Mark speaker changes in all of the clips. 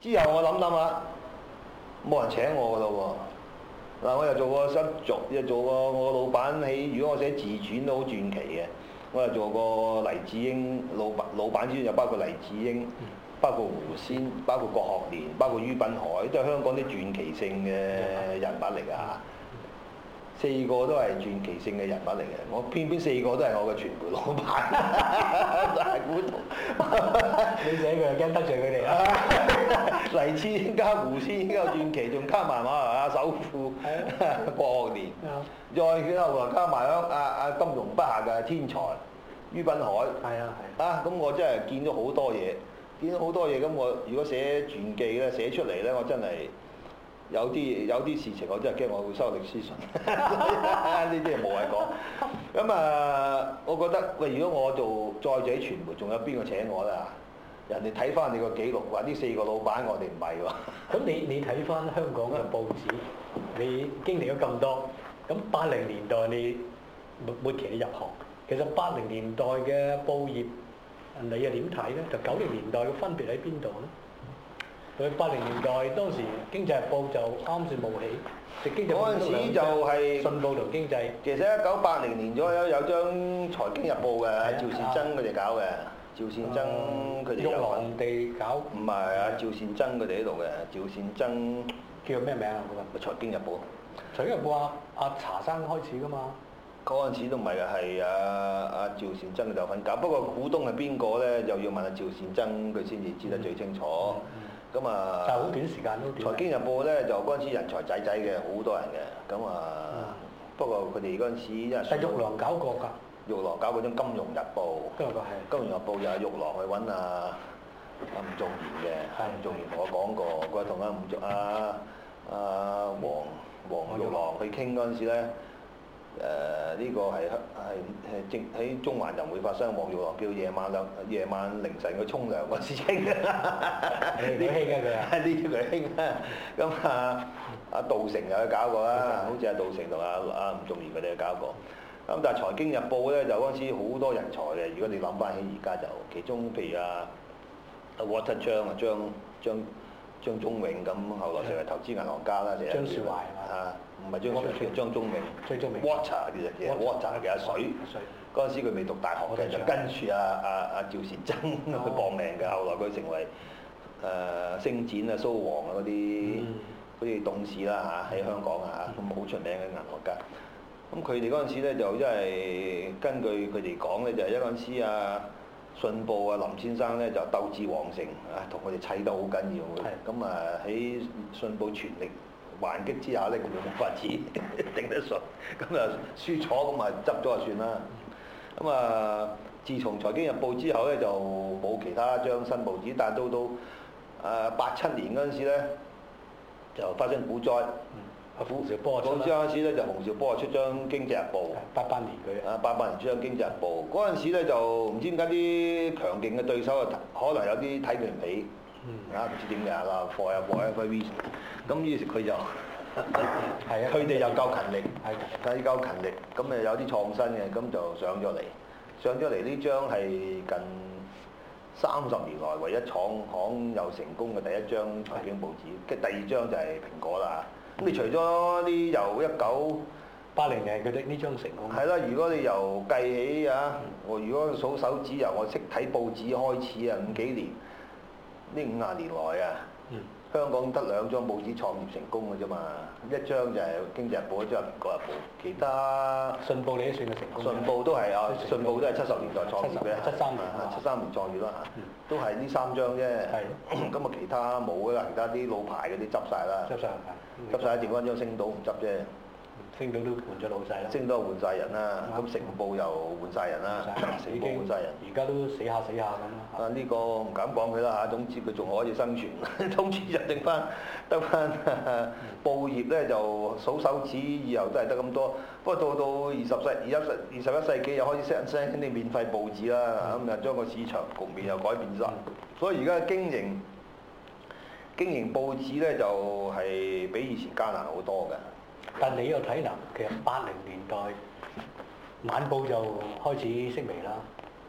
Speaker 1: 之後我諗諗下，冇人請我噶咯喎。嗱，我又做過失作，又做過我老闆喺，如果我寫自傳都好傳奇嘅。我又做過黎智英老闆，老闆之中又包括黎智英，包括胡仙，包括郭學年，包括于品海，都係香港啲傳奇性嘅人物嚟㗎嚇。四個都係傳奇性嘅人物嚟嘅，我偏偏四個都係我嘅傳媒老闆，大股東。
Speaker 2: 你寫佢又驚得罪佢哋啊！
Speaker 1: 黎智英加胡仙加傳奇，仲加埋馬來亞首富
Speaker 2: 哦
Speaker 1: 郭學年，
Speaker 2: 啊
Speaker 1: 再後來加埋香阿阿金融筆下嘅天才於品海。
Speaker 2: 係啊係啊，
Speaker 1: 啊，咁我真係見咗好多嘢，見咗好多嘢。咁我如果寫傳記咧，寫出嚟咧，我真係有啲有啲事情，我真係驚我會收歷屍信。 呢啲嘢無謂講。咁啊，我覺得喂，如果我做再者傳媒，仲有邊個請我啦？人哋睇翻你個記錄，話呢四個老闆，我哋唔係喎。
Speaker 2: 咁你你睇翻香港嘅報紙，你經歷咗咁多，咁八零年代你末末期你入行，其實八零年代嘅報業你又點睇咧？就九零年代嘅分別喺邊度咧？佢八零年代當時經濟日報就啱先冒起，即係 經濟日報
Speaker 1: 嗰陣時就係
Speaker 2: 信報同經濟。
Speaker 1: 其實一九八零年左右有張財經日報嘅
Speaker 2: 啊，
Speaker 1: 趙善珍佢哋搞嘅，趙善珍佢哋
Speaker 2: 嗯玉
Speaker 1: 有份
Speaker 2: 郎地搞
Speaker 1: 唔係啊，趙善珍佢哋喺度嘅，趙善珍
Speaker 2: 叫咩名啊？嗰個
Speaker 1: 《財經日報
Speaker 2: 除咗個阿阿茶生開始噶嘛，》
Speaker 1: 啊嗰陣時都唔係嘅，係啊啊趙善珍佢哋有份搞，不過股東係邊個咧，就要問阿趙善珍佢先至知得最清楚。咁
Speaker 2: 但
Speaker 1: 啊，
Speaker 2: 係好短時間都短。
Speaker 1: 財經日報咧就嗰陣時人才濟濟嘅，好多人嘅。咁啊，不過佢哋嗰陣時因為
Speaker 2: 但係玉郎搞過㗎，
Speaker 1: 玉郎搞嗰張《金融日報》。
Speaker 2: 都有個
Speaker 1: 《
Speaker 2: 係。
Speaker 1: 金融日報》又係玉郎去揾啊啊吳仲賢嘅，
Speaker 2: 係
Speaker 1: 吳仲賢同我講過，佢同阿吳仲啊啊黃黃玉郎去傾嗰陣時咧，誒、呢、個係香係係正喺中環就唔會發生，黃玉郎叫夜晚兩夜晚凌晨去沖涼嗰事情。
Speaker 2: 你好興嘅佢啊，
Speaker 1: 呢啲佢興啊！咁啊，阿杜成又去搞過啦，好似阿杜成同阿阿吳仲賢佢哋去搞過。咁但係財經日報咧就嗰陣時好多人才嘅，如果你諗翻起而家就，其中譬如啊阿 Water 張啊張張張忠永咁，後來成為投資銀行家啦，成日
Speaker 2: 張樹懷
Speaker 1: 啊，唔係張樹懷，叫張忠永。
Speaker 2: 張忠永
Speaker 1: Water 其實其實 Water 嘅阿水。
Speaker 2: 水
Speaker 1: 嗰陣時佢未讀大學嘅，就跟住阿阿阿趙善珍去搏命嘅，後來佢成為誒、呃星展啊、蘇王啊嗰啲
Speaker 2: 嗯
Speaker 1: 嗰啲董事啦嚇，喺香港啊嚇，咁好出名嘅銀行家。咁佢哋嗰陣時咧就因為根據佢哋講咧，就係嗰陣時啊信報啊林先生咧就鬥志旺盛啊，同佢哋砌得好緊要嘅
Speaker 2: 係。
Speaker 1: 咁啊喺信報全力還擊之下咧，佢哋冇法子 頂得順，咁啊輸咗咁啊執咗就算啦。咁啊，自從財經日報之後咧，就冇其他張新報紙，但到到誒八七年嗰陣時咧，就發生股災。
Speaker 2: 嗯阿傅兆波
Speaker 1: 股
Speaker 2: 出
Speaker 1: 災
Speaker 2: 啦，
Speaker 1: 嗰陣時咧，就洪兆波出張經濟日報。
Speaker 2: 八八年佢
Speaker 1: 啊，八八年出張經濟日報嗰陣時咧，就唔知點解啲強勁嘅對手啊，可能有啲睇佢唔起，
Speaker 2: 嗯
Speaker 1: 啊唔知點解啦，貨又貨 F V，咁於是佢就
Speaker 2: 係啊
Speaker 1: 佢哋又夠勤力，
Speaker 2: 係
Speaker 1: 佢夠勤力，咁誒有啲創新嘅，咁就上咗嚟，上咗嚟呢張係近三十年來唯一廠行又成功嘅第一張財經報紙，跟第二張就係蘋果啦。咁你除咗呢由一九
Speaker 2: 八零年係佢哋呢張成功。
Speaker 1: 係啦，如果你由計起啊，我如果數手指由我識睇報紙開始啊，五幾年呢五廿年來啊，
Speaker 2: 嗯，
Speaker 1: 香港得兩張報紙創業成功嘅啫嘛，一張就係《經濟日報》，一張係《蘋果日報》，其他
Speaker 2: 信報你都算係成功。
Speaker 1: 信報都係啊，信報都係七十年代創業嘅，
Speaker 2: 七三年
Speaker 1: 啊
Speaker 2: 啊
Speaker 1: 七三年創業啦嚇，都係呢三張啫。
Speaker 2: 係
Speaker 1: 咁啊，其他冇啦，其他啲老牌嗰啲執晒啦，
Speaker 2: 執晒嗯
Speaker 1: 執晒，剩翻張星島唔執啫。
Speaker 2: 升到都換咗老細啦。
Speaker 1: 星都換晒人啦，
Speaker 2: 啱
Speaker 1: 咁城報又換晒人啦，城
Speaker 2: 已
Speaker 1: 報
Speaker 2: 經
Speaker 1: 換晒人。
Speaker 2: 而家都死下死下咁啦。
Speaker 1: 啊！呢個唔敢講佢啦嚇，總之佢仲可以生存， 總之就剩翻得翻報業咧，就數手指以後都係得咁多。不過到到二十世二一世二十一世紀又開始新興啲免費報紙啦，咁又將個市場局面又改變晒。所以而家經營經營報紙咧，就係、比以前艱難好多嘅。
Speaker 2: 但你又睇嗱，其實八零年代晚報就開始式微啦，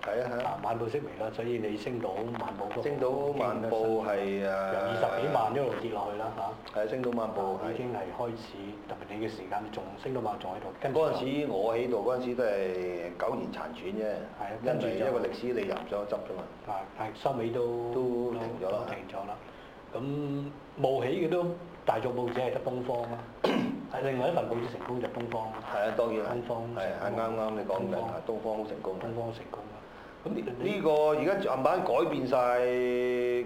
Speaker 1: 係啊係啊
Speaker 2: 啊，晚報式微啦，所以你升到晚報嗰個
Speaker 1: 星島漫步係誒，由
Speaker 2: 由哦二十幾萬一路跌落去啦嚇。
Speaker 1: 係星島漫步
Speaker 2: 已
Speaker 1: 係。
Speaker 2: 經係開始，特別你嘅時間仲升到萬仲喺度，跟住
Speaker 1: 嗰陣時我喺度嗰陣時都係九年殘喘啫，
Speaker 2: 啊跟
Speaker 1: 跟
Speaker 2: 住
Speaker 1: 住
Speaker 2: 就
Speaker 1: 一個歷史你又唔想執啫嘛。
Speaker 2: 就係啊但係收尾都
Speaker 1: 都停咗啦
Speaker 2: 都停咗啦。咁冒起嘅都大眾報紙係得東方 啦，係另外一份報紙成功就係東方啦，
Speaker 1: 係啊，當然係
Speaker 2: 東方
Speaker 1: 係係
Speaker 2: 成
Speaker 1: 啱
Speaker 2: 功
Speaker 1: 啱你講嘅，
Speaker 2: 東方
Speaker 1: 係東方好成功嘅。
Speaker 2: 東方成功啊啦。咁呢
Speaker 1: 呢個而家慢慢改變晒，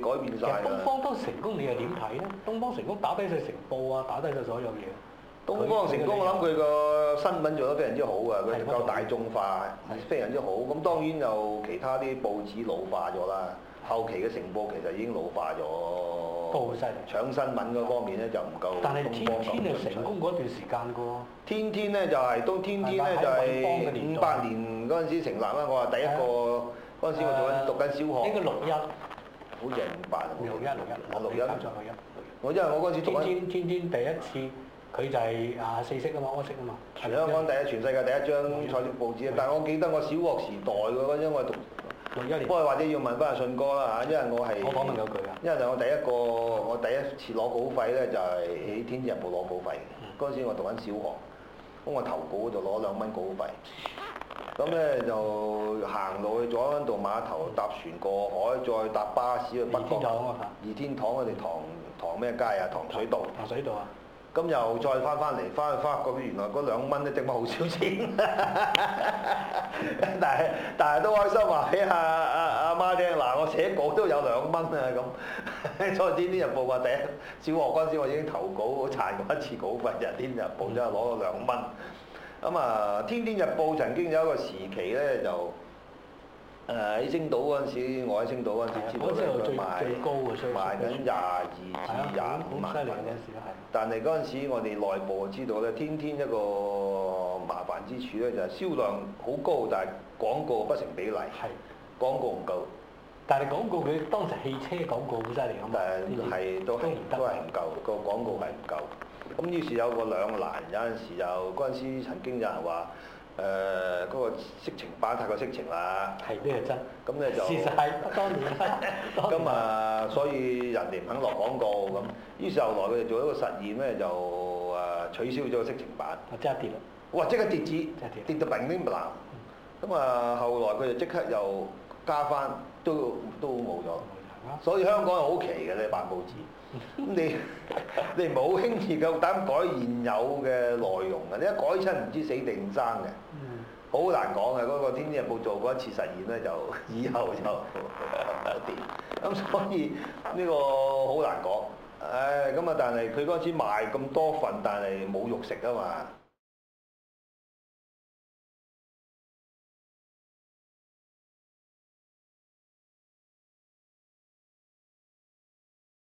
Speaker 1: 改變
Speaker 2: 其實
Speaker 1: 晒啦
Speaker 2: 東。方都成功，你又點睇咧？東方成功打低晒成報啊，打低晒所有嘢。
Speaker 1: 東方成功，我諗佢個新聞做得非常之好啊！
Speaker 2: 係
Speaker 1: 佢夠大眾化
Speaker 2: 係，
Speaker 1: 非常之好。咁當然有其他啲報紙老化咗啦，後期嘅成報其實已經老化咗。
Speaker 2: 都好犀利
Speaker 1: 搶新聞嗰方面咧就唔夠
Speaker 2: 但係
Speaker 1: 哦東方
Speaker 2: 天
Speaker 1: 咁
Speaker 2: 天
Speaker 1: 搶
Speaker 2: 係成功嗰段時間個。
Speaker 1: 天天咧就係、都天天咧就係五八年嗰陣時成立啦，我話第一個嗰陣時我做緊讀緊小學，
Speaker 2: 啊呢個六一
Speaker 1: 好似係五八
Speaker 2: 六一
Speaker 1: 啊
Speaker 2: 六一
Speaker 1: 六一
Speaker 2: 六一六一。
Speaker 1: 我因為我嗰陣時讀啊
Speaker 2: 天
Speaker 1: 緊
Speaker 2: 天天天第一次，佢就係啊四色啊嘛，安色啊嘛。
Speaker 1: 全香港第一、全世界第一張菜鳥報紙啊，但係我記得我小學時代嘅嗰陣我係讀，
Speaker 2: 六一年
Speaker 1: 不，過或者要問翻阿信哥啦嚇，因為我係
Speaker 2: 我訪問有佢啊。
Speaker 1: 因為我第一個我第一次攞稿費咧就係喺《天日報》攞稿費，嗰陣時我讀緊小學，咁我投稿就攞兩蚊稿費，咁咧就行路去佐敦道碼頭搭船過海，再搭巴士去北
Speaker 2: 二
Speaker 1: 角
Speaker 2: 天堂啊嘛
Speaker 1: 二天堂我哋塘塘咩街啊？塘水道。
Speaker 2: 糖水道啊，
Speaker 1: 咁又再翻翻嚟，翻去翻嗰邊，原來嗰兩蚊咧掟翻好少錢， 但係但係都開心話俾阿阿阿媽聽，嗱我寫稿都有兩蚊啊咁， 所以《天天日報》話第一小學嗰陣時我已經投稿，好殘過一次稿費，《天天日報》真係攞咗兩蚊。咁啊，《天天日報》曾經有一個時期咧就誒喺星島嗰陣時，我喺星島嗰陣時知道
Speaker 2: 嗰陣時係
Speaker 1: 咧佢
Speaker 2: 最
Speaker 1: 賣
Speaker 2: 最高嘅所以
Speaker 1: 賣緊廿二
Speaker 2: 係
Speaker 1: 至
Speaker 2: 啊，
Speaker 1: 嗯廿五萬
Speaker 2: 好犀利
Speaker 1: 蚊
Speaker 2: 嗰陣時係。
Speaker 1: 但係嗰陣時，我哋內部知道咧，天天一個麻煩之處咧，就係銷量好高，但係廣告不成比例，
Speaker 2: 係，
Speaker 1: 廣告唔夠，
Speaker 2: 但係廣告佢當時汽車廣告好犀利啊嘛，
Speaker 1: 但係係都係
Speaker 2: 唔
Speaker 1: 都係
Speaker 2: 得
Speaker 1: 唔。夠，個廣告係唔夠。咁於是有個兩難，有陣時就嗰陣時曾經有人話誒嗰個色情版太過色情啦，
Speaker 2: 係呢個真。
Speaker 1: 咁咧就
Speaker 2: 事實 係當然啦。當然
Speaker 1: 咁，啊，所以人哋唔肯落廣告咁，於是後來佢哋做一個實驗咧，就誒取消咗個色情版。
Speaker 2: 我真係跌啦。
Speaker 1: 哇！即刻跌止
Speaker 2: 真係，
Speaker 1: 跌到零零唪唥。咁啊，後來佢就即刻又加翻，都都冇咗。所以香港係好奇嘅，你辦報紙，咁你 你唔好輕易夠膽改現有嘅內容啊嘅，你一改親唔知死定生嘅，
Speaker 2: 嗯，
Speaker 1: 好難講嘅。嗰、個《天天日報》做過一次實驗咧，就 以後就 跌。咁所以呢個好難講。唉，咁啊，但係佢嗰陣時賣咁多份，但係冇肉食啊嘛。